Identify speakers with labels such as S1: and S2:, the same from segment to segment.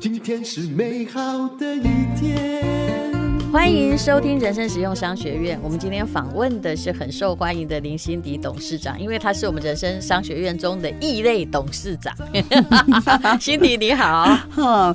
S1: 今天是美好的一天。
S2: 欢迎收听人生实用商学院。我们今天访问的是很受欢迎的林心迪董事长，因为他是我们人生商学院中的异类董事长。 心迪你好，
S3: 哼，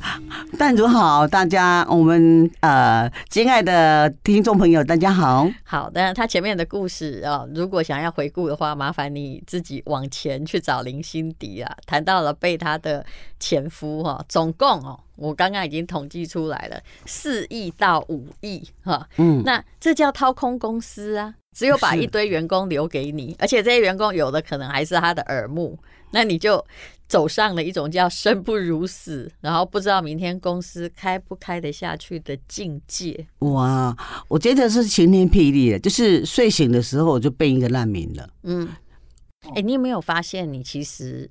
S3: 蛋主好，大家我们呃，亲爱的听众朋友，大家好。
S2: 好的，他前面的故事哦，如果想要回顾的话，麻烦你自己往前去找林心迪啊，谈到了被他的前夫哈、哦，总共哦，我刚刚已经统计出来了，四亿到五亿哈，
S3: 嗯，
S2: 那这叫掏空公司啊！只有把
S3: 是
S2: 一堆员工留给你，而且这些员工有的可能还是他的耳目，那你就走上了一种叫生不如死，然后不知道明天公司开不开得下去的境界。
S3: 哇，我觉得是晴天霹雳的，就是睡醒的时候我就变一个难民了。
S2: 嗯，哎、你有没有发现你其实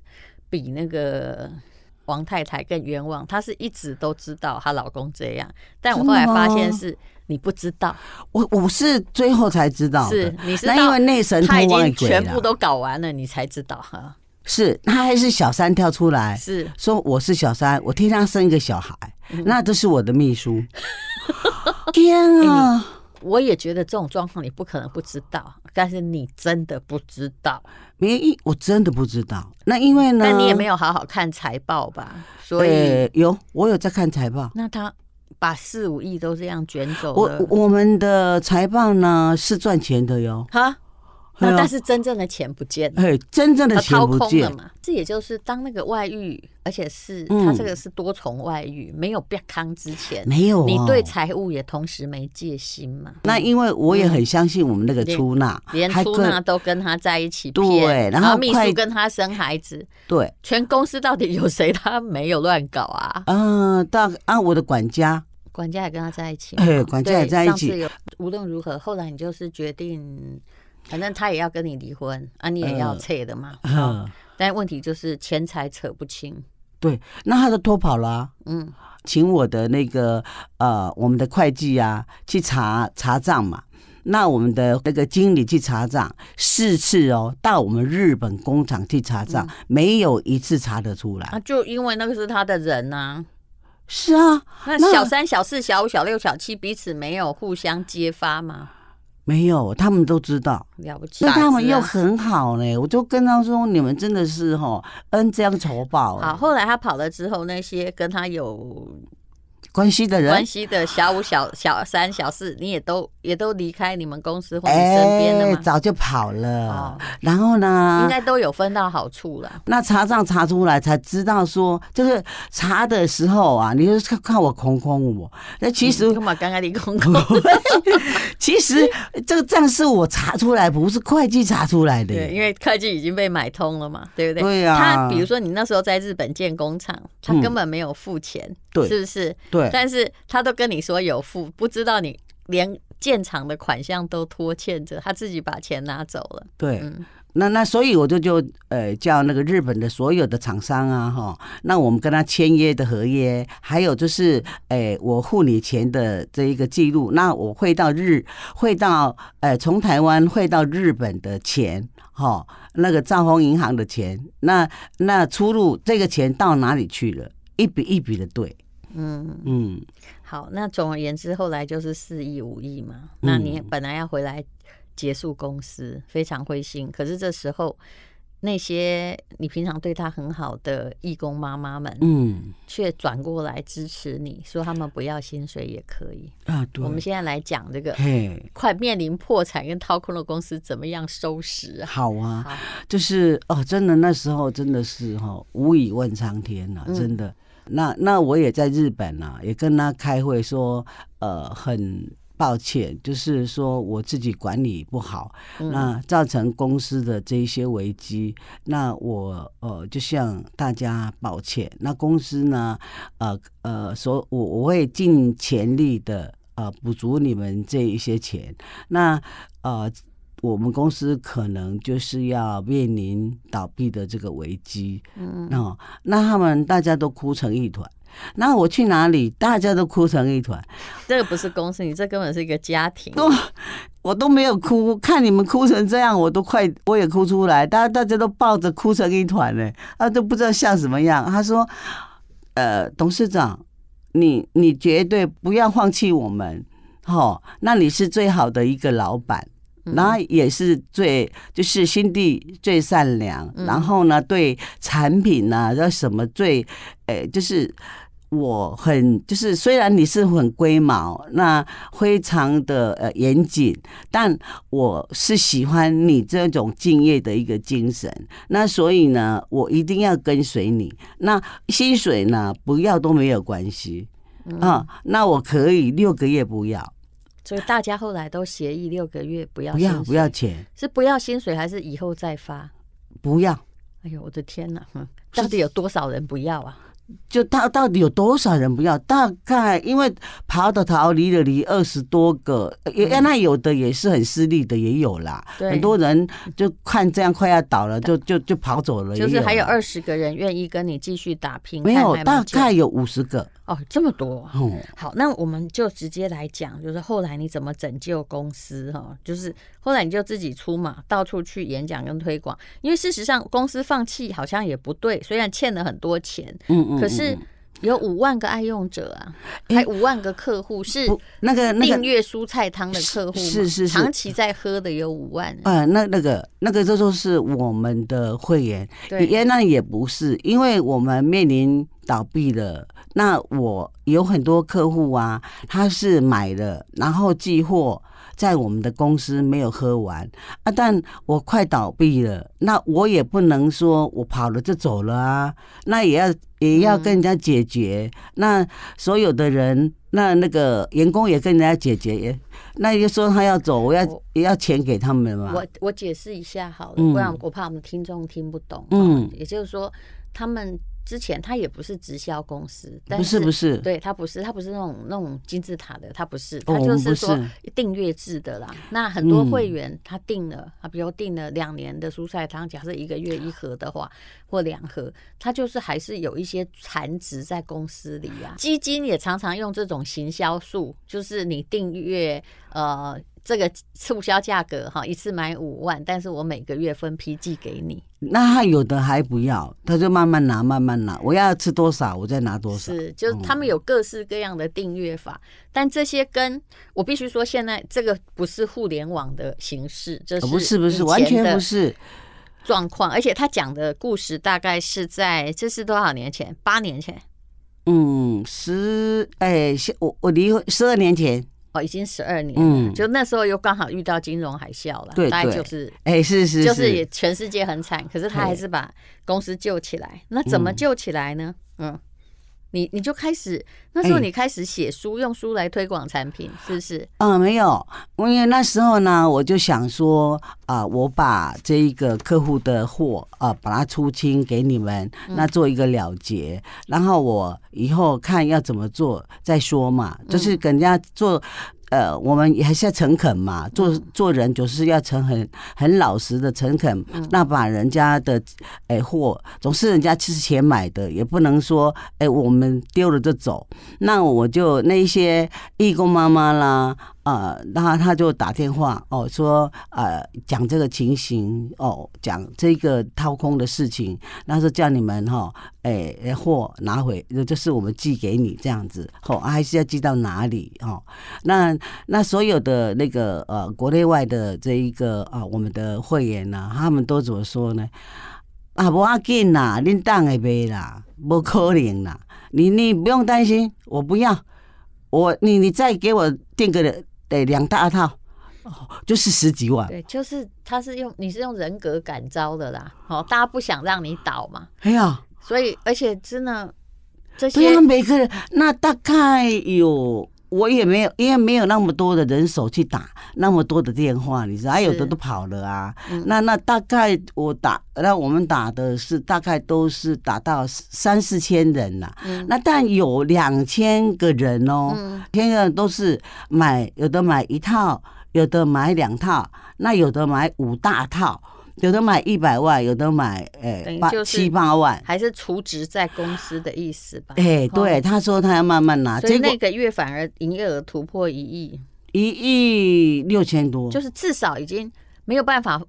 S2: 比那个？王太太更冤枉，她是一直都知道她老公这样，但我后来
S3: 真的
S2: 发
S3: 吗
S2: 现是你不知道，
S3: 我我是最后才知道的，
S2: 是你是
S3: 那
S2: 到
S3: 因为内神
S2: 她已
S3: 通外
S2: 经
S3: 鬼啊
S2: 全
S3: 啦
S2: 部都搞完了，你才知道哈。
S3: 是他还是小三跳出来
S2: 是，
S3: 说我是小三，我替他生一个小孩，那这是我的秘 书。天啊，
S2: 我也觉得这种状况你不可能不知道，但是你真的不知道，
S3: 没一我真的不知道。那因为呢，
S2: 但你也没有好好看财报吧？所以、
S3: 呃有我有在看财报。
S2: 那他把四五亿都这样卷走了
S3: 我，我们的财报呢是赚钱的哟，
S2: 哈，那
S3: 哎
S2: 但
S3: 呦
S2: 是真正的钱不见了。
S3: 哎，真正的
S2: 他
S3: 钱
S2: 呃掏
S3: 不
S2: 空了
S3: 见，
S2: 嘛？这也就是当那个外遇，而且是
S3: 嗯
S2: 他这个是多重外遇，没有变康之前，
S3: 没有、哦。
S2: 你对财务也同时没戒心嘛？
S3: 那因为我也很相信我们那个
S2: 对
S3: 出纳，
S2: 连
S3: 还
S2: 出
S3: 跟
S2: 纳都跟他在一起
S3: 对
S2: 骗，
S3: 然
S2: 然后
S3: 后
S2: 秘
S3: 会
S2: 书跟他生孩子，
S3: 对，
S2: 全公司到底有谁他没有乱搞啊？
S3: 嗯、大啊，我的管家，
S2: 管家也跟他在一起嘛，
S3: 哎，管家也
S2: 对
S3: 在一
S2: 上次
S3: 起，
S2: 有无论如何，后来你就是决定，反正他也要跟你离婚啊，你也要
S3: 嗯
S2: 撤的嘛。好
S3: 嗯，
S2: 但问题就是钱财扯不清，
S3: 对，那他就偷跑了啊、
S2: 嗯，
S3: 请我的那个呃，我们的会计啊去查查账嘛。那我们的那个经理去查账四次哦，到我们日本工厂去查账，没有一次查得出来。
S2: 嗯啊，就因为那个是他的人呐、
S3: 是啊，
S2: 那
S3: 那
S2: 小三、小四、小五、小六、小七彼此没有互相揭发吗？
S3: 没有，他们都知道，
S2: 了不起，
S3: 所以他们
S2: 傻
S3: 又
S2: 子啊
S3: 很好呢。我就跟他说，你们真的是哈、恩将仇报
S2: 好。
S3: 啊，
S2: 后来他跑了之后，那些跟他有
S3: 关系的
S2: 关
S3: 人，
S2: 系的小五、小小三、小四，你也都也都离开你们公司或你身边的
S3: 哎，
S2: 吗？
S3: 早啊就跑了
S2: 哦。
S3: 然后
S2: 应
S3: 呢，
S2: 该都有分到好处啦。
S3: 那查账查出来才知道说，就是查的时候啊，你就是看我空空我，那其实、
S2: 干嘛刚刚你空空？
S3: 其实这个账是我查出来，不是会计查出来的
S2: 对，因
S3: 耶。
S2: 为会计已经被买通了嘛，对不对？
S3: 对啊呀
S2: 他比如说你那时候在日本建工厂，他
S3: 嗯
S2: 根本没有付钱，
S3: 对
S2: 是不是？
S3: 对
S2: 但是他都跟你说有付，不知道你连建厂的款项都拖欠着，他自己把钱拿走了。
S3: 对，
S2: 嗯，
S3: 那那所以我就就呃叫那个日本的所有的厂商啊哈，那我们跟他签约的合约，还有就是诶、呃我付你钱的这一个记录，那我会到日会到呃从台湾汇到日本的钱哈，那个兆丰银行的钱，那那出入这个钱到哪里去了，一笔一笔的对，嗯嗯，
S2: 好，那总而言之，后来就是四亿五亿嘛。
S3: 嗯
S2: 那你本来要回来结束公司，非常灰心。可是这时候，那些你平常对他很好的义工妈妈们，
S3: 嗯
S2: 却转过来支持你，说他们不要薪水也可以。
S3: 啊，对，
S2: 我们现在来讲这个
S3: 嘿
S2: 快面临破产跟掏空的公司怎么样收拾啊？
S3: 好啊，
S2: 好，
S3: 就是哦，真的那时候真的是哈、哦，无以问苍天呐、
S2: 嗯
S3: 真的。那那我也在日本呐、也跟他开会说，呃，很抱歉，就是说我自己管理不好，
S2: 嗯
S3: 那造成公司的这一些危机，那我呃就向大家抱歉。那公司呢，呃呃，所我我会尽全力的呃补足你们这一些钱。那呃，我们公司可能就是要面临倒闭的这个危机。
S2: 嗯，
S3: 哦，那他们大家都哭成一团。那我去哪里，大家都哭成一团。
S2: 这个不是公司，你这根本是一个家庭。
S3: 哦我都没有哭，看你们哭成这样，我都快我也哭出来，大家大家都抱着哭成一团呢，啊都不知道像什么样。他说，呃，董事长，你你绝对不要放弃我们，哦，那你是最好的一个老板。然后也是最就是心地最善良，然后呢对产品呐、啊，要什么最，呃，就是我很就是虽然你是很龟毛，那非常的呃严谨，但我是喜欢你这种敬业的一个精神。那所以呢，我一定要跟随你。那薪水呢，不要都没有关系
S2: 嗯
S3: 啊、那我可以六个月不要，
S2: 所以大家后来都协议六个月不要
S3: 不要
S2: 薪水
S3: 不要钱，
S2: 哦是不要薪水还是以后再发？
S3: 不要。
S2: 哎呦，我的天哪！哼到底有多少人不要啊？
S3: 就到到底有多少人不要？大概因为跑的逃离的离二十多个，呃也、那有的也是很私利的也有啦，
S2: 嗯对
S3: 很多人就看这样快要倒了，就就就跑走了，
S2: 就是还有
S3: 啦
S2: 二十个人愿意跟你继续打拼，
S3: 啊没有
S2: 看还
S3: 大
S2: 见
S3: 概有五十个，
S2: 哦这么多啊、
S3: 哦、
S2: 好，那我们就直接来讲，就是后来你怎么拯救公司哈、哦？就是后来你就自己出马，到处去演讲跟推广，因为事实上公司放弃好像也不对，虽然欠了很多钱，
S3: 嗯嗯，
S2: 可是
S3: 嗯
S2: 有五万个爱用者啊，
S3: 哎
S2: 还五万个客户是
S3: 不嗯那个那
S2: 订
S3: 个。
S2: 阅蔬菜汤的客户吗，
S3: 是是是
S2: 长期在喝的有五万，
S3: 呃，那那个那个，这就是我们的会员，
S2: 对，
S3: 也那也不是，因为我们面临倒闭了。那我有很多客户啊，他是买了，然后寄货在我们的公司没有喝完啊，但我快倒闭了，那我也不能说我跑了就走了啊，那也要也要跟人家解决。那所有的人，那那个员工也跟人家解决，也那就说他要走，我要
S2: 我
S3: 也要钱给他们嘛。
S2: 我我解释一下好了，
S3: 嗯
S2: 不然我怕我们听众听不懂。
S3: 嗯
S2: 也就是说，他们之前他也不是直销公司，但
S3: 不是不是，
S2: 对他不是，他不是那种那种金字塔的，他不是，
S3: 哦
S2: 他就
S3: 我
S2: 说
S3: 们
S2: 订阅制的啦。那很多
S3: 嗯
S2: 会员他订了，他比如订了两年的蔬菜汤，假设一个月一盒的话，或两盒，他就是还是有一些残值在公司里啊。基金也常常用这种行销术，就是你订阅呃。这个促销价格哈，一次买五万，但是我每个月分批寄给你，
S3: 那他有的还不要，他就慢慢拿，慢慢拿。我要吃多少，我再拿多少。嗯
S2: 是，就是他们有各式各样的订阅法，但这些跟我必须说，现在这个不是互联网的形式，这是
S3: 哦不是不
S2: 以
S3: 是，
S2: 前
S3: 完全
S2: 的
S3: 不是。
S2: 状况。而且他讲的故事大概是在这是多少年前？八年前
S3: 嗯，十哎，是我我离婚十二年前，
S2: 哦，已经十二年了。
S3: 嗯
S2: 就那时候又刚好遇到金融海啸了，
S3: 对
S2: 大概
S3: 对
S2: 就是
S3: 哎，是是
S2: 就是也全世界很惨，可是他还是把公司救起来。那怎么救起来呢？嗯。你你就开始那时候
S3: 哎
S2: 你开始写书，用书来推广产品，是不是？
S3: 嗯，没有，因为那时候呢，我就想说啊、我把这一个客户的货啊、把它出清给你们，那做一个了结，然后我以后看要怎么做再说嘛，就是跟人家做。呃，我们也还是要诚恳嘛，做做人就是要诚很很老实的诚恳，那把人家的哎货总是人家之前买的，也不能说哎我们丢了就走，那我就那一些义工妈妈啦，呃，那她就打电话哦，说呃讲这个情形哦，讲这个掏空的事情，那时候叫你们哈、哦，哎哎货拿回，就是我们寄给你这样子，哦，啊还是要寄到哪里哦？那那所有的那个呃国内外的这一个啊、我们的会员呢、他们都怎么说呢？啊，无要紧啦，恁当会卖啦，无可能啦，你你不用担心，我不要，我你你再给我订个得两大套，哦，就是十几万，
S2: 对，就是他是用你是用人格感召的啦，哦，大家不想让你倒嘛，
S3: 哎呀，
S2: 所以而且真的这些
S3: 对啊，每个人那大概有。我也没有，因为没有那么多的人手去打那么多的电话，你知道，还有的都跑了啊。
S2: 嗯
S3: 那那大概我打，那我们打的是大概都是打到三四千人啦、
S2: 嗯
S3: 那但有两千个人哦，
S2: 嗯
S3: 千个人都是买，有的买一套，有的买两套，那有的买五大套，有的买一百万，有的买
S2: 等
S3: 呃
S2: 于
S3: 八
S2: 就是
S3: 七八万。
S2: 还是除职在公司的意思吧？
S3: 哎、
S2: 哦
S3: 对，他说他要慢慢拿，
S2: 所以
S3: 结果
S2: 那个月反而营业额突破一亿，
S3: 一亿六千多，
S2: 就是至少已经没有办法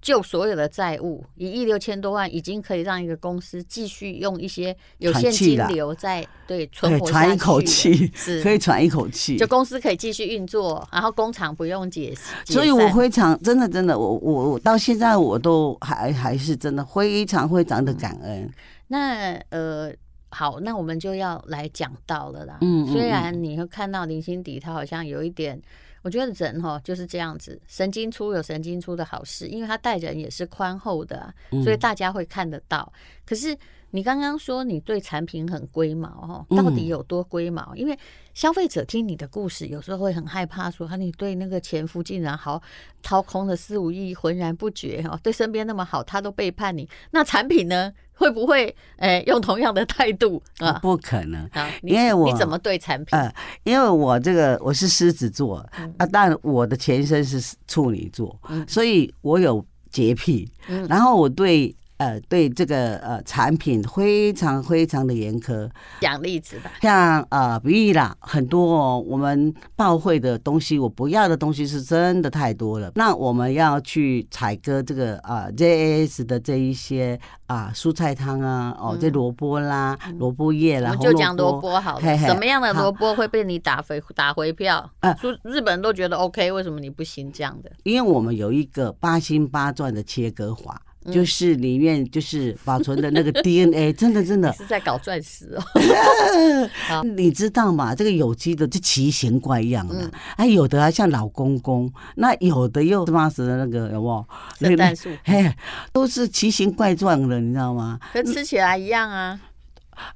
S2: 救所有的债务，一亿六千多万已经可以让一个公司继续用一些有现金流在对存
S3: 对，
S2: 活下
S3: 喘
S2: 去
S3: 一口气，
S2: 是
S3: 可以喘一口气
S2: 就。公司可以继续运作，然后工厂不用解，解
S3: 所以我
S2: 散
S3: 非常真的真的，我我我到现在我都还还是真的非常非常的感恩。
S2: 那呃，好，那我们就要来讲到了啦。
S3: 嗯嗯
S2: 虽然你会看到林心底，他好像有一点，我觉得人哈就是这样子，神经粗有神经粗的好事，因为他待人也是宽厚的啊、
S3: 嗯
S2: 所以大家会看得到。可是你刚刚说你对产品很龟毛哈，
S3: 嗯
S2: 到底有多龟毛？因为消费者听你的故事，有时候会很害怕说，啊，你对那个前夫竟然好掏空了四五亿，浑然不觉哈，对身边那么好，他都背叛你，那产品呢？会不会诶、呃用同样的态度啊？
S3: 不可能，
S2: 好，你
S3: 嗯因为我
S2: 你怎么对产品？
S3: 呃，因为我这个我是狮子座
S2: 嗯
S3: 啊，但我的前身是处女座，所以我有洁癖，
S2: 嗯
S3: 然后我对呃对这个呃产品非常非常的严苛，
S2: 讲例子吧。
S3: 像呃比喻啦，很多哦，我们报会的东西，我不要的东西是真的太多了。那我们要去采割这个啊、呃、JAS 的这一些啊、蔬菜汤啊，哦这萝卜啦、萝卜
S2: 嗯
S3: 叶
S2: 我
S3: 啦，
S2: 们
S3: 红
S2: 就讲萝卜好了，
S3: 嘿嘿
S2: 什么样的
S3: 好
S2: 萝卜会被你打回打回票
S3: 啊？
S2: 日日本人都觉得 OK，为什么你不行这样的？
S3: 因为我们有一个八星八钻的切割法，
S2: 嗯
S3: 就是里面就是保存的那个 DNA，真的真的
S2: 你，是在搞钻石 哦？好
S3: 你知道吗？这个有机的就奇形怪样的，
S2: 嗯
S3: 哎、有的还像老公公，那有的又他妈死的那个有没有？
S2: 圣诞树
S3: 那个嘿，都是奇形怪状的，你知道吗？
S2: 可吃起来一样啊。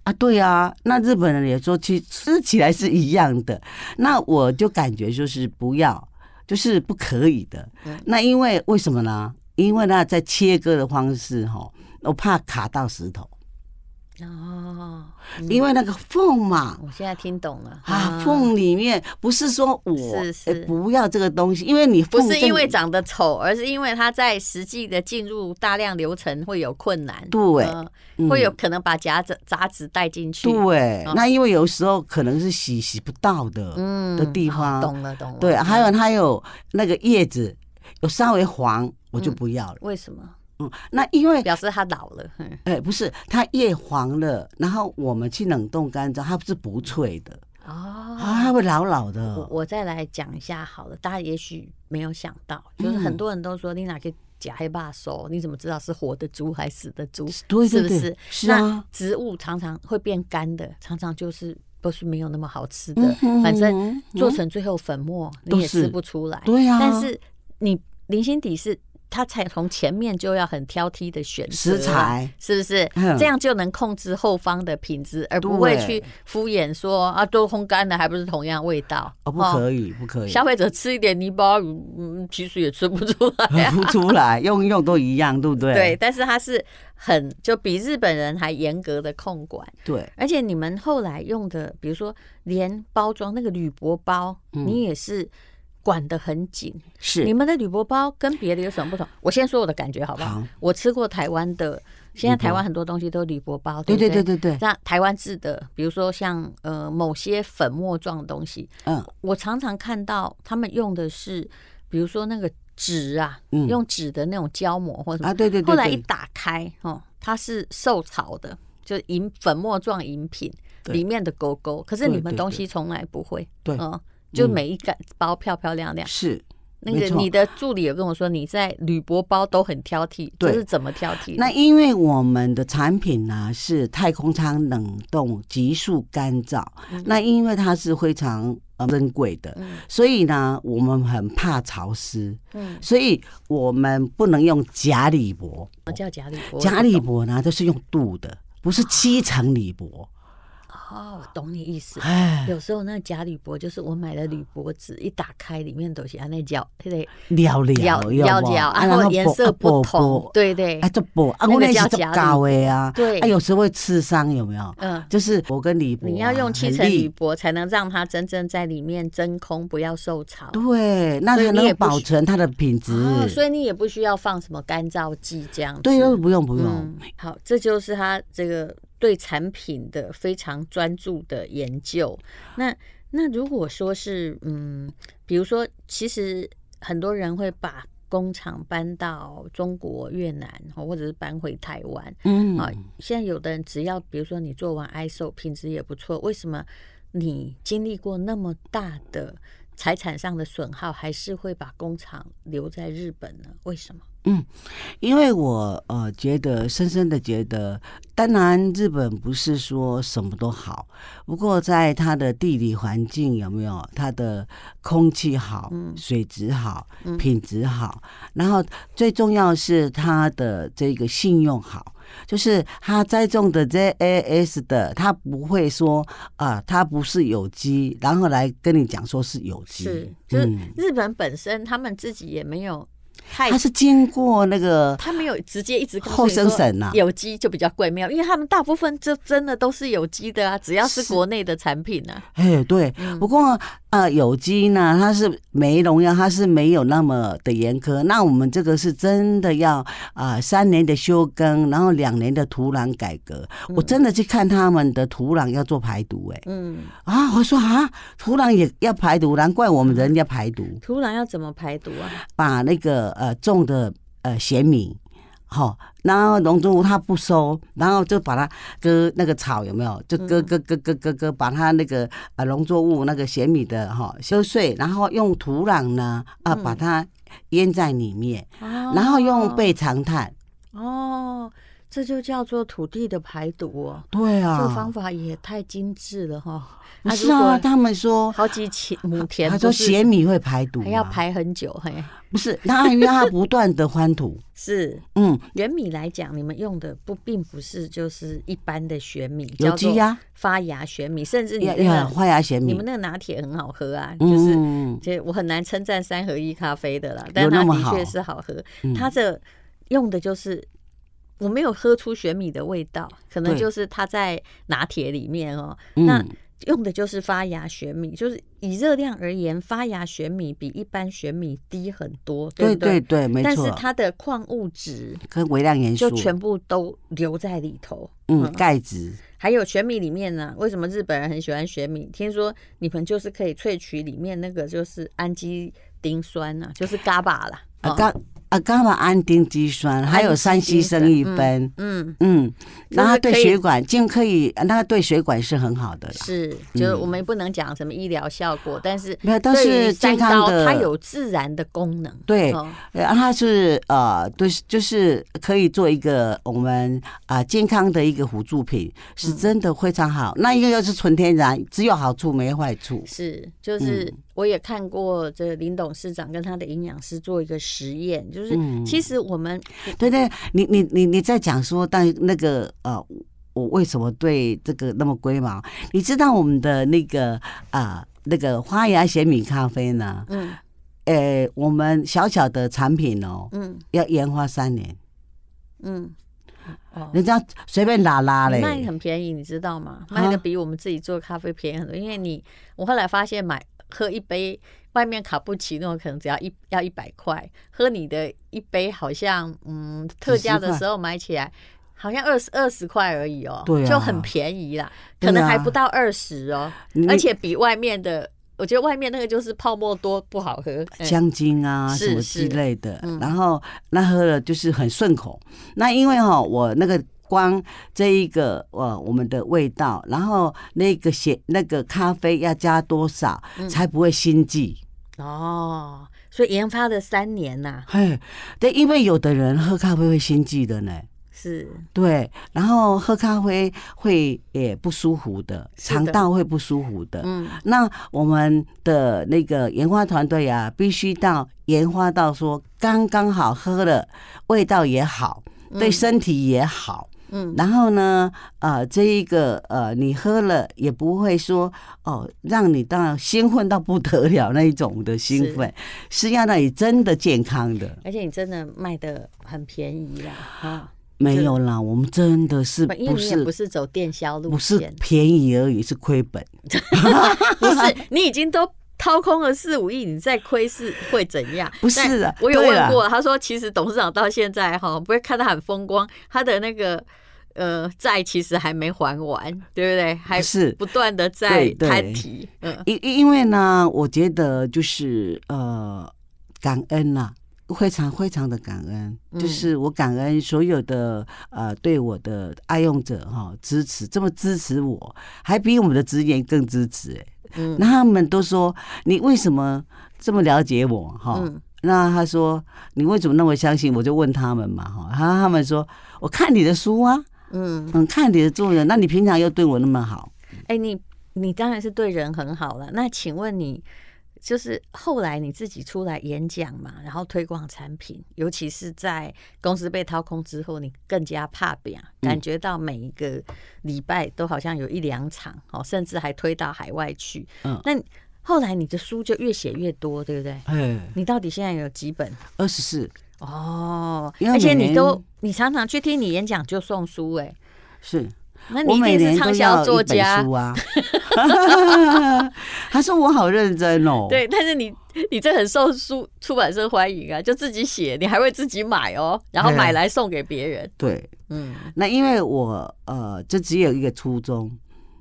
S3: 啊，对啊，那日本人也说吃吃起来是一样的，那我就感觉就是不要，就是不可以的。那因为为什么呢？因为呢，在切割的方式哈，我怕卡到石头，
S2: 哦，
S3: 因为那个缝嘛。
S2: 我现在听懂了嗯
S3: 啊，缝里面不是说我
S2: 是是
S3: 哎不要这个东西，因为你
S2: 不
S3: 缝
S2: 是
S3: 这
S2: 因为
S3: 里
S2: 长得丑，而是因为它在实际的进入大量流程会有困难，
S3: 对
S2: 嗯
S3: 嗯
S2: 会有可能把夹子杂质带进去。
S3: 对
S2: 啊，
S3: 那因为有时候可能是洗洗不到的，
S2: 嗯
S3: 的地
S2: 好
S3: 方
S2: 懂了懂了。
S3: 对，
S2: 嗯
S3: 还有它有那个叶子有稍微黄，我就不要了。
S2: 为什么
S3: 嗯，那因为
S2: 表示它老嗯了？嗯
S3: 哎，不是，它叶黄了，然后我们去冷冻干燥，它不是不脆的，
S2: 哦，
S3: 啊，它会老老
S2: 我
S3: 的。
S2: 我再来讲一下好了，大家也许没有想到，就是
S3: 嗯
S2: 很多人都说你哪个假黑把手，你怎么知道是活的猪还是死的猪？
S3: 对对
S2: 是不
S3: 对
S2: 是？
S3: 是
S2: 那
S3: 啊
S2: 植物常常会变干的，常常就是不是没有那么好吃的，
S3: 嗯哼
S2: 反正
S3: 嗯
S2: 做成最后粉末、
S3: 都
S2: 你也吃
S3: 是
S2: 不出来。
S3: 对啊
S2: 但是你零星底是。它才从前面就要很挑剔的选择
S3: 食材，
S2: 是不是？
S3: 嗯
S2: 这样就能控制后方的品质，而不会
S3: 对
S2: 去敷衍说啊，都烘干了还不是同样味道
S3: 哦，不可以，不可以，
S2: 消费者吃一点泥巴，嗯，其实也吃不出来、啊。
S3: 不出来，用一用都一样，对不 对？
S2: 对，但是它是很就比日本人还严格的控管，
S3: 对，
S2: 而且你们后来用的，比如说连包装那个铝箔包，
S3: 嗯
S2: 你也是管得很紧。你
S3: 是
S2: 们的铝箔包跟别的有什么不同？我先说我的感觉好不好？
S3: 好
S2: 我吃过台湾的，现在台湾很多东西都铝箔包，
S3: 对
S2: 对
S3: 对
S2: 不
S3: 对对对，
S2: 那台湾制的，比如说像呃某些粉末状的东西，
S3: 嗯，
S2: 我常常看到他们用的是，比如说那个纸啊，
S3: 嗯
S2: 用纸的那种胶膜或者什么。
S3: 啊，对对对
S2: 后
S3: 对，
S2: 来一打开，哦，它是受潮的，就是饮粉末状饮品
S3: 对
S2: 里面的勾勾。可是
S3: 对
S2: 你们
S3: 对
S2: 东西从来不会，
S3: 对
S2: 嗯，就每一个包漂漂亮亮。
S3: 是
S2: 那
S3: 没
S2: 个
S3: 错
S2: 你的助理有跟我说，你在铝箔包都很挑剔，就
S3: 对
S2: 是怎么挑剔的？
S3: 那因为我们的产品呢、是太空舱冷冻急速干燥，那因为它是非常呃珍贵的，
S2: 嗯
S3: 所以呢，我们很怕潮湿，
S2: 嗯，
S3: 所以我们不能用假铝箔，
S2: 什么叫假铝箔？
S3: 假铝箔呢都是用镀的，不是七层铝箔，
S2: 哦，我懂你意思。
S3: 哎，
S2: 有时候那假铝箔就是我买的铝箔纸，一打开里面都是安那胶，那个
S3: 了了
S2: 胶胶胶，啊，然后颜色不同，，对对
S3: 有没有啊然后薄啊薄薄啊，这薄啊，
S2: 那个
S3: 我那
S2: 叫
S3: 是这
S2: 假铝
S3: 高的啊，
S2: 对
S3: 啊，有时候会刺伤，有没有？
S2: 嗯。
S3: 就是我跟李博啊、
S2: 你要用七
S3: 很
S2: 层
S3: 厉
S2: 铝箔，才能让它真正在里面真空，不要受潮。
S3: 对，那
S2: 所以
S3: 才
S2: 你也
S3: 能
S2: 不
S3: 保
S2: 需
S3: 存它的品质。
S2: 哦，所以你也不需要放什么干燥剂这样子。
S3: 对，不用不用。
S2: 嗯，好，这就是他这个对产品的非常专注的研究。那那如果说是嗯，比如说，其实很多人会把工厂搬到中国、越南，哦或者是搬回台湾
S3: 嗯
S2: 啊。现在有的人只要，比如说你做完 ISO 品质也不错，为什么你经历过那么大的财产上的损耗，还是会把工厂留在日本呢？为什么？
S3: 因为我呃觉得，深深的觉得，当然日本不是说什么都好，不过在它的地理环境有没有，它的空气好、
S2: 嗯
S3: 水质好、品质好，然后最重要是它的这个信用好。就是它栽种的 JAS 的，它不会说啊、它不是有机，然后来跟你讲说是有机，
S2: 是，就是
S3: 嗯
S2: 日本本身他们自己也没有太
S3: 它是经过那个
S2: 他没有直接一直告诉
S3: 后
S2: 你说
S3: 生省呐、
S2: 有机就比较贵，没有，因为他们大部分就真的都是有机的啊，只要是
S3: 是
S2: 国内的产品呢、 啊，
S3: 哎，对，不过呃，有机呢，它是没农药，它是没有那么的严苛。那我们这个是真的要啊、三年的休耕，然后两年的土壤改革。我真的去看他们的土壤要做排毒、哎、
S2: 嗯，
S3: 啊，我说啊，土壤也要排毒，难怪我们人要排毒，
S2: 土壤要怎么排毒啊？
S3: 把那个呃种的呃咸米。好、然后农作物它不收，然后就把它割那个草有没有？就割
S2: 嗯
S3: 割割割割割，把它那个呃农作物那个咸米的哈、修碎，然后用土壤呢啊把它淹在里面，然
S2: 然
S3: 后用倍长炭。
S2: 啊哦，这就叫做土地的排毒哦，
S3: 对
S2: 这
S3: 啊，
S2: 个方法也太精致了哈、
S3: 不是啊，他们说
S2: 好几千亩田，
S3: 他说
S2: 咸
S3: 咸米会排毒、啊，
S2: 还要排很久，嘿，
S3: 不是？他因为它不断的翻土，
S2: 是。
S3: 嗯，
S2: 原米来讲，你们用的不并不是就是一般的玄米，
S3: 有
S2: 叫做
S3: 机呀
S2: 发芽玄米，甚 至你
S3: 要
S2: 那
S3: 要
S2: 个
S3: 花芽咸
S2: 你
S3: 米
S2: 们，那个拿铁很好喝啊，就是。
S3: 嗯，
S2: 这我很难称赞三合一咖啡的啦，但
S3: 有
S2: 它
S3: 那么
S2: 的确
S3: 好
S2: 是好喝。
S3: 嗯
S2: 它这用的就是我没有喝出玄米的味道，可能
S3: 对
S2: 就是它在拿铁里面哦。
S3: 嗯
S2: 那用的就是发芽玄米，就是以热量而言，发芽玄米比一般玄米低很多，
S3: 对
S2: 不
S3: 对对，没
S2: 但是
S3: 错，
S2: 它的矿物质
S3: 跟微量元素
S2: 就全部都留在里头。
S3: 嗯钙质。
S2: 还有玄米里面呢、为什么日本人很喜欢玄米？听说你们就是可以萃取里面那个就是氨基丁酸呐、就是 GABA 啦。
S3: 啊，
S2: 哦
S3: 伽啊，伽马氨丁基酸，还有三烯生一酚，
S2: 嗯，
S3: 嗯，
S2: 就是
S3: 那它对
S2: 可以
S3: 血管竟可以，啊那对血管是很好的啦。
S2: 是，就是我们不能讲什么医疗效果，但是
S3: 嗯没有但
S2: 对于
S3: 是
S2: 三
S3: 健康
S2: 高
S3: 的
S2: 它有自然的功能。
S3: 对，
S2: 哦
S3: 呃它是呃，对，就是可以做一个我们啊、健康的一个辅助品，是
S2: 嗯
S3: 真的非常好。那一个又是纯天然，只有好处没坏处。
S2: 是，就是
S3: 嗯
S2: 我也看过这林董事长跟他的营养师做一个实验，就是
S3: 嗯
S2: 其实我们
S3: 对对，你你你你在讲说，但那个呃，我为什么对这个那么龟毛？你知道我们的那个啊、那个花芽咸米咖啡呢？
S2: 嗯
S3: 呃，我们小小的产品哦，
S2: 嗯
S3: 要研发三年，
S2: 嗯，哦
S3: 人家随便拉拉
S2: 你卖
S3: 啊嘞，
S2: 很便宜，你知道吗？
S3: 啊
S2: 卖的比我们自己做咖啡便宜很多，因为你我后来发现买喝一杯外面卡布奇诺可能只要一要一百块，喝你的一杯好像嗯特价的时候买起来。好像二十二十块而已哦，
S3: 对啊
S2: 就很便宜啦，
S3: 对
S2: 可
S3: 啊
S2: 能还不到二十哦，
S3: 你
S2: 而且比外面的，我觉得外面那个就是泡沫多，不好喝。嗯
S3: 香精啊
S2: 是
S3: 什么
S2: 是
S3: 之类的
S2: 嗯。
S3: 然后那喝了就是很顺口。那因为哈、我那个光这一个呃我们的味道，然后那个咸那个咖啡要加多少
S2: 嗯
S3: 才不会心悸？
S2: 哦，所以研发了三年呐、
S3: 嘿，对，因为有的人喝咖啡会心悸的呢，
S2: 是
S3: 对，然后喝咖啡会也不舒服的，
S2: 是的
S3: 肠道会不舒服的。
S2: 嗯
S3: 那我们的那个研发团队啊，必须到研发到说刚刚好喝了，味道也好，对身体也好。
S2: 嗯
S3: 然后呢，呃，这一个呃，你喝了也不会说哦，让你到兴奋到不得了那一种的兴奋，是要让你真的健康的。
S2: 而且你真的卖的很便宜啦，啊，
S3: 没有啦，我们真的是
S2: 不因为
S3: 不
S2: 你也
S3: 是
S2: 不是走电销路
S3: 不是
S2: 线，
S3: 便宜而已，是亏本。
S2: 不是你已经都掏空了四五亿，你再亏是会怎样？
S3: 不是
S2: 但
S3: 啊
S2: 我有
S3: 对
S2: 问
S3: 啦
S2: 过，他说其实董事长到现在哈，不会看他很风光，他的那个呃债其实还没还完，对不对？还
S3: 是
S2: 不断的在
S3: 对对
S2: 摊提，嗯
S3: 因因因为呢，我觉得就是呃，感恩呐、非常非常的感恩，
S2: 嗯
S3: 就是我感恩所有的呃对我的爱用者哈、支持，这么支持我，还比我们的职员更支持、欸。
S2: 嗯
S3: 那他们都说你为什么这么了解我哈？
S2: 嗯
S3: 那他说你为什么那么相信？我就问他们嘛哈，他他们说我看你的书啊，
S2: 嗯，
S3: 嗯，看你的做人，那你平常又对我那么好，
S2: 哎、你你当然是对人很好了。那请问你，就是后来你自己出来演讲嘛，然后推广产品，尤其是在公司被掏空之后，你更加怕表，
S3: 嗯
S2: 感觉到每一个礼拜都好像有一两场哦，甚至还推到海外去。
S3: 嗯
S2: 那你后来你的书就越写越多，对不对？
S3: 哎，
S2: 你到底现在有几本？
S3: 二十四
S2: 哦，
S3: 因为
S2: 而且
S3: 每
S2: 你
S3: 年
S2: 都你常常去听你演讲就送书哎、
S3: 是。
S2: 那
S3: 我
S2: 你一
S3: 每
S2: 定
S3: 年
S2: 是
S3: 都
S2: 畅
S3: 要
S2: 销
S3: 一
S2: 作
S3: 本
S2: 家
S3: 书啊。他说我好认真哦。，
S2: 对，但是你你这很受书出版社欢迎啊，就自己写，你还会自己买哦，然后
S3: 对啊
S2: 买来送给别人。
S3: 对，
S2: 嗯
S3: 那因为我呃，这只有一个初衷，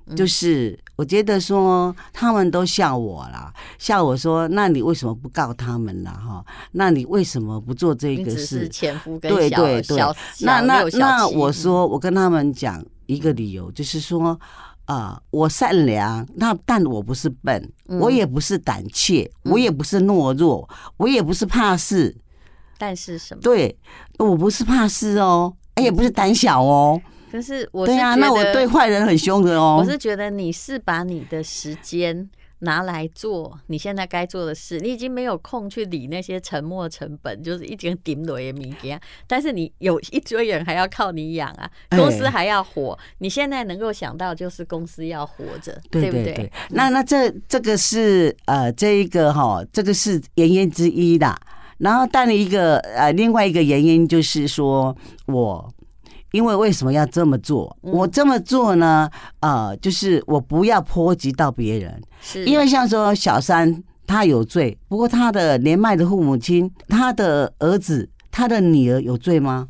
S2: 嗯
S3: 就是我觉得说他们都笑我啦，笑我说那你为什么不告他们啦？哈，那你为什么不做这
S2: 你
S3: 个
S2: 只
S3: 事
S2: 是？前夫跟
S3: 对
S2: 小
S3: 对对
S2: 小
S3: 那
S2: 小
S3: 那
S2: 六小
S3: 那
S2: 七
S3: 我
S2: 嗯
S3: 说，我跟他们讲一个理由，就是说。啊、我善良，那但我不是笨，
S2: 嗯
S3: 我也不是胆怯，我也不是懦弱，我也不是怕事，
S2: 但是什么？
S3: 对，我不是怕事哦，哎也不是胆小哦。
S2: 可是我是
S3: 对
S2: 觉得，
S3: 啊，那我对坏人很凶的哦。
S2: 我是觉得你是把你的时间拿来做你现在该做的事，你已经没有空去理那些沉没成本，就是一点顶多也没给啊。但是你有一堆人还要靠你养啊，
S3: 哎
S2: 公司还要活，你现在能够想到就是公司要活着，
S3: 对
S2: 不
S3: 对嗯对，那那这这个是呃这一个哈、这个是原因之一啦。然后但一个呃另外一个原因就是说我。因为为什么要这么做？我这么做呢？呃，就是我不要波及到别人，
S2: 是
S3: 因为像说小三他有罪，不过他的年迈的父母亲、他的儿子、他的女儿有罪吗？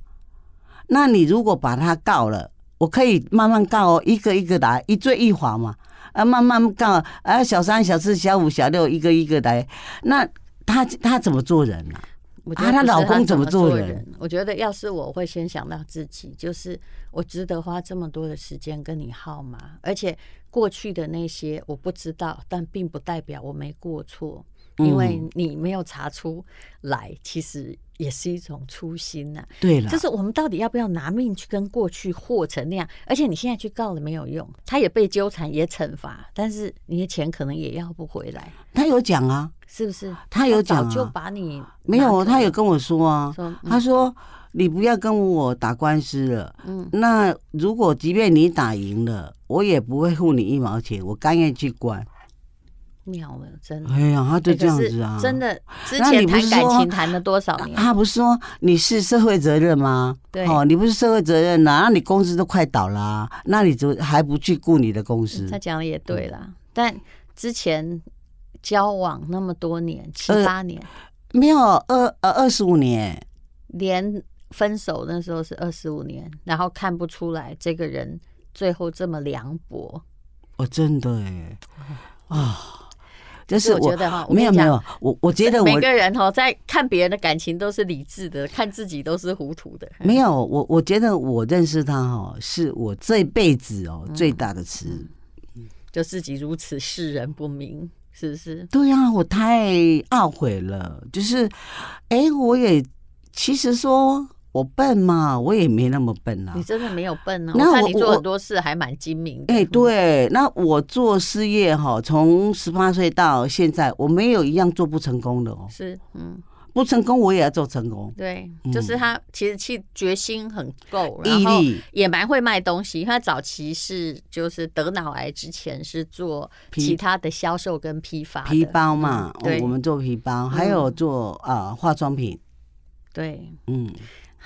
S3: 那你如果把他告了，我可以慢慢告哦，一个一个来，一罪一罚嘛，啊，慢慢告，啊，小三、小四、小五、小六，一个一个来，那他他怎么做人啊？
S2: 我觉得
S3: 啊
S2: 不
S3: 她
S2: 是
S3: 老公怎
S2: 么
S3: 么
S2: 做
S3: 做
S2: 人？
S3: 人
S2: 我觉得要是我会先想到自己，就是我值得花这么多的时间跟你耗吗？而且过去的那些我不知道，但并不代表我没过错，因为
S3: 嗯
S2: 你没有查出来，其实也是一种粗心呐、
S3: 对了，
S2: 就是我们到底要不要拿命去跟过去和成那样？而且你现在去告了没有用，他也被纠缠，也惩罚，但是你的钱可能也要不回来，
S3: 他有讲啊，
S2: 是不是？
S3: 他有讲
S2: 早
S3: 啊
S2: 就把你
S3: 没有，哦
S2: 拿走
S3: 他有
S2: 了
S3: 跟我说啊，
S2: 说嗯
S3: 他说你不要跟我打官司了，嗯，那如果即便你打赢了，我也不会付你一毛钱，我甘愿去关。
S2: 妙了，真的。
S3: 哎呀，他就
S2: 欸
S3: 这
S2: 可
S3: 样
S2: 是
S3: 子啊，
S2: 真。的，之
S3: 那
S2: 前
S3: 你不
S2: 谈
S3: 是
S2: 感
S3: 说啊
S2: 情谈了多少年？
S3: 他不是说你是社会责任吗？
S2: 对
S3: 哦，你不是社会责任呐、啊那你公司都快倒啦、那你怎么还不去顾你的公司？
S2: 他讲的也对啦，
S3: 嗯
S2: 但之前交往那么多年，七
S3: 呃
S2: 八年，
S3: 没有二呃二十五年，
S2: 连分手那时候是二十五年，然后看不出来这个人最后这么凉薄。
S3: 哦，真的哎，啊，这
S2: 所以哦
S3: 是
S2: 我觉
S3: 我
S2: 得啊哈，我
S3: 没有
S2: 跟你
S3: 没
S2: 讲
S3: 有，我我觉得
S2: 每
S3: 我
S2: 个人哈，在看别人的感情都是理智的，看自己都是糊涂的。
S3: 没有，我我觉得我认识他哦，是我这辈子哦
S2: 嗯
S3: 最大的耻辱。
S2: 就自己如此世人不明，是不是？
S3: 对呀、我太懊悔了，就是，哎，我也其实说我笨嘛，我也没那么笨啊
S2: 你。真的没有笨哦、
S3: 那
S2: 我看
S3: 我
S2: 你做
S3: 我
S2: 很多事还蛮精明的。
S3: 哎，
S2: 嗯
S3: 对，那我做事业哈、从十八岁到现在，我没有一样做不成功的哦，
S2: 是，嗯，
S3: 不成功我也要做成功。
S2: 对，就是他其实去决心很够，然
S3: 嗯毅
S2: 后
S3: 力
S2: 也蛮会卖东西。他早期是就是得脑癌之前是做
S3: 批
S2: 其他的销售跟批发的
S3: 皮包嘛，哦
S2: 嗯对
S3: 我们做皮包，还有做啊、呃化妆品，
S2: 对，
S3: 嗯。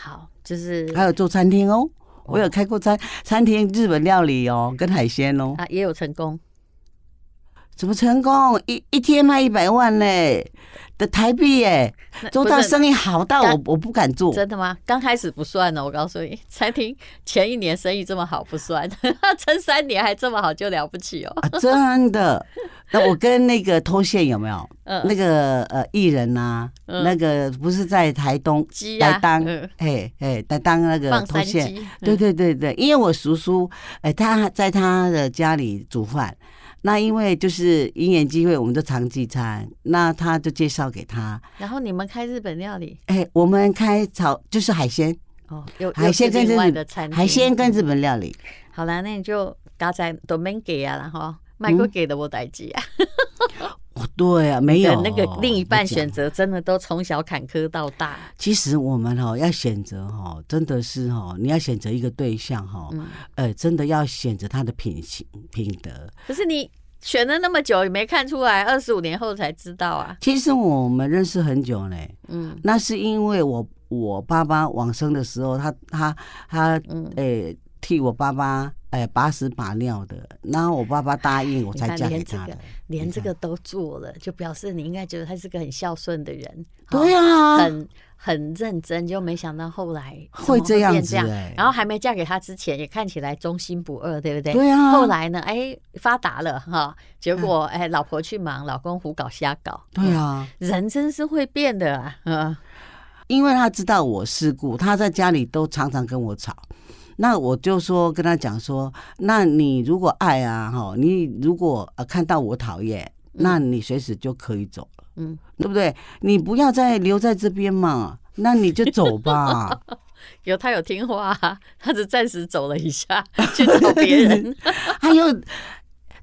S2: 好，就是
S3: 还有做餐厅哦，我有
S2: 嗯
S3: 开过餐餐厅，日本料理哦，跟海鲜哦，
S2: 啊也有成功，
S3: 怎么成功？一一天卖一百万嘞的台币耶！
S2: 那
S3: 周
S2: 哎不
S3: 大
S2: 是
S3: 生意好到
S2: 但
S3: 我我不敢做，
S2: 真的吗？刚开始不算哦呢，我告诉你，餐厅前一年生意这么好不算， 撑三年还这么好就了不起哦。
S3: 啊 真的。那我跟那个脱线有没有？
S2: 嗯
S3: 那个呃艺人呐、
S2: 嗯
S3: 那个不是在台东
S2: 鸡啊
S3: 来当
S2: 嗯，
S3: 哎哎来当那个
S2: 放
S3: 脱
S2: 山
S3: 线。
S2: 鸡，
S3: 对
S2: 嗯
S3: 对对对，因为我叔叔，哎，他在他的家里煮饭，那因为就是因缘机会，我们就常聚餐，那他就介绍给他，
S2: 然后你们开日本料理
S3: 哎，我们开炒就是海鲜，
S2: 哦，有
S3: 海鲜跟
S2: 另外
S3: 日
S2: 的餐厅，
S3: 海鲜跟日本料理，
S2: 好啦，那你就刚才都没给啊，然
S3: 嗯
S2: 后卖过给的我代记啊。
S3: 哦，对啊，没有
S2: 嗯的那个另一半选择
S3: 择。
S2: 真的都从小坎坷到大，
S3: 其实我们哈、要选择哈、真的是哈、你要选择一个对象哈、
S2: 嗯，
S3: 呃，真的要选择他的品行品德。
S2: 可是你选了那么久也没看出来，二十五年后才知道啊，
S3: 其实我们认识很久嘞，
S2: 嗯
S3: 那是因为我我爸爸往生的时候，他他他
S2: 嗯，
S3: 诶、替我爸爸诶、把屎把尿的，然后我爸爸答应我
S2: 你
S3: 才
S2: 看
S3: 嫁
S2: 连
S3: 给
S2: 这
S3: 他
S2: 个
S3: 的。
S2: 连
S3: 你
S2: 这
S3: 看
S2: 个都做了，就表示你应该觉得他是个很孝顺的人，
S3: 对
S2: 呀、
S3: 啊，
S2: 很很认真，就没想到后来怎么
S3: 会这样
S2: 变
S3: 子
S2: 这样，
S3: 哎
S2: 然后还没嫁给他之前也看起来忠心不二，对不对？
S3: 对啊嗯
S2: 后来呢，哎，发达了哈，结果哎，老婆去忙，老公胡搞瞎搞，
S3: 对啊，
S2: 人真是会变的啊， 嗯。
S3: 因为他知道我事故，他在家里都常常跟我吵。那我就说跟他讲说，那你如果爱啊，哈，你如果呃看到我讨厌，那你随时就可以走了，
S2: 嗯
S3: 对不对？你不要再留在这边嘛，那你就走吧。
S2: 有他有听话、啊，他只暂时走了一下去找别人。
S3: 他又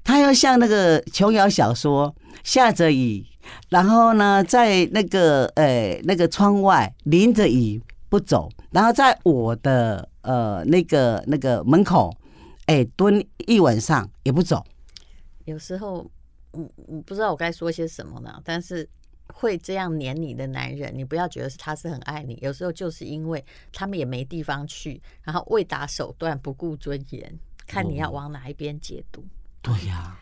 S3: 他又像那个琼瑶小说下着雨，然后呢，在那个呃那个窗外淋着雨不走，然后在我的呃那个那个门口，哎、蹲一晚上也不走。
S2: 有时候，嗯，我不知道我该说些什么呢，但是。会这样黏你的男人，你不要觉得是他是很爱你，有时候就是因为他们也没地方去，然后为达手段，不顾尊严，看你要往哪一边解读。
S3: 对呀、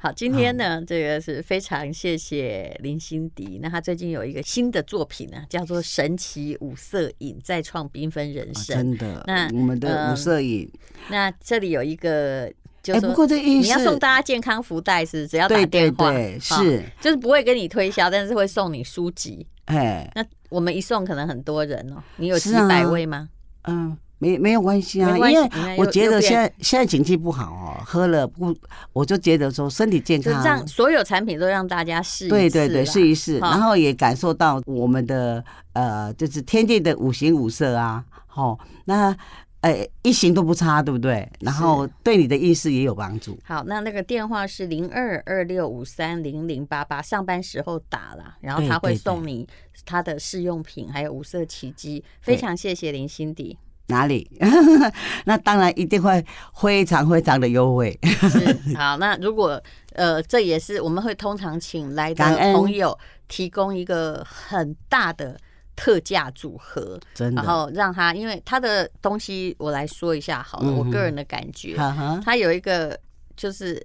S2: 好，今天呢，这个是非常谢谢林心迪。那他最近有一个新的作品呢、叫做《神奇五色影：再创缤纷人
S3: 啊呃
S2: 生》。
S3: 真的
S2: 那，
S3: 我们的
S2: 嗯
S3: 五色影，
S2: 那这里有一个，就
S3: 哎、
S2: 是说
S3: 不过这意
S2: 你
S3: 思
S2: 要送大家健康福袋是，只要打
S3: 对对
S2: 电话，
S3: 对
S2: 啊
S3: 是，
S2: 就是不会跟你推销，但是会送你书籍。
S3: 哎，
S2: 那我们一送可能很多人哦，你有几
S3: 是啊
S2: 百位吗？
S3: 嗯。没没有关系啊，
S2: 没
S3: 因
S2: 关系
S3: 为
S2: 你看又
S3: 我觉
S2: 又
S3: 得
S2: 变
S3: 现在现在景气不好哦，喝了不，我就觉得说身体健
S2: 就
S3: 康，
S2: 让所有产品都让大家试一次啦，
S3: 对对对，试一试，
S2: 哈
S3: 然后也感受到我们的呃，就是天地的五行五色啊，好、那呃一行都不差，对不对？然后对你的意识也有帮助。
S2: 好，那那个电话是零二二六五三零零八八，上班时候打啦，然后
S3: 对
S2: 他会
S3: 对
S2: 送你他的试用品，还有五色奇迹。非
S3: 对
S2: 常谢谢林心迪，
S3: 哪里？ 那当然一定会非常非常的优 惠。
S2: 是好，那如果呃，这也是我们会通常请来
S3: 感
S2: 的
S3: 恩
S2: 朋友提供一个很大的特价组合，
S3: 真的
S2: 然后让他，因为他的东西我来说一下好了，
S3: 嗯
S2: 我个人的感觉，
S3: 哈哈，
S2: 它有一个就是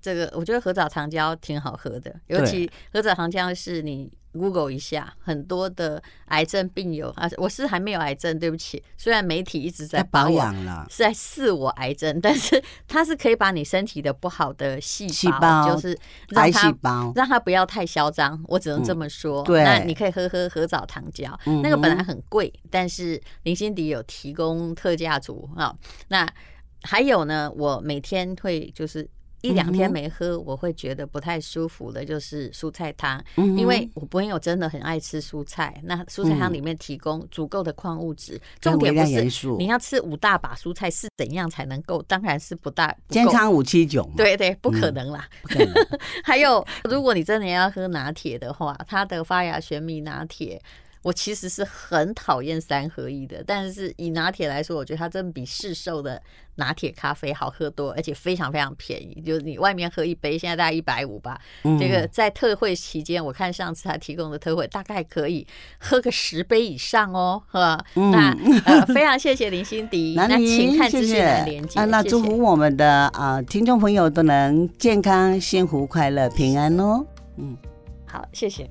S2: 这个，我觉得合枣糖胶挺好喝的，尤
S3: 对
S2: 其合枣糖胶是你 Google 一下，很多的癌症病友啊，我是还没有癌症，对不起，虽然媒体一直在
S3: 在保
S2: 把我
S3: 养了。
S2: 是在治我癌症，但是它是可以把你身体的不好的细
S3: 细胞
S2: 就是让
S3: 癌细
S2: 它
S3: 胞，嗯
S2: 让它不要太嚣张，我只能这么说。
S3: 对
S2: 那你可以喝喝合枣糖胶，
S3: 嗯哼
S2: 那个本来很贵，但是林心迪有提供特价组啊、那还有呢，我每天会就是。一两天没喝，我会觉得不太舒服的，就是蔬菜汤，
S3: 嗯哼嗯
S2: 因为我朋友真的很爱吃蔬菜。那蔬菜汤里面提供足够的矿物质，重点
S3: 微
S2: 不
S3: 量元
S2: 是
S3: 素
S2: 你要吃五大把蔬菜是怎样才能够，当然是不大不够
S3: 健，康五嗯七九嘛，
S2: 对对，不可能啦。
S3: 不可能，
S2: 还有，如果你真的要喝拿铁的话，它的发芽玄米拿铁。我其实是很讨厌三合一的，但是以拿铁来说，我觉得它真的比市售的拿铁咖啡好喝多，而且非常非常便宜。就是你外面喝一杯，现在大概一百五吧，
S3: 嗯
S2: 这个在特惠期间，我看上次他提供的特惠大概可以喝个十杯以上哦，呵，那呃 非常谢谢林心迪，
S3: 嗯南
S2: 那请
S3: 宁，
S2: 看
S3: 谢
S2: 资讯
S3: 谢
S2: 栏连接，
S3: 啊，那
S2: 谢
S3: 祝
S2: 谢
S3: 福我们的啊、听众朋友都能健康、幸福、快乐、平安哦。
S2: 好，谢谢。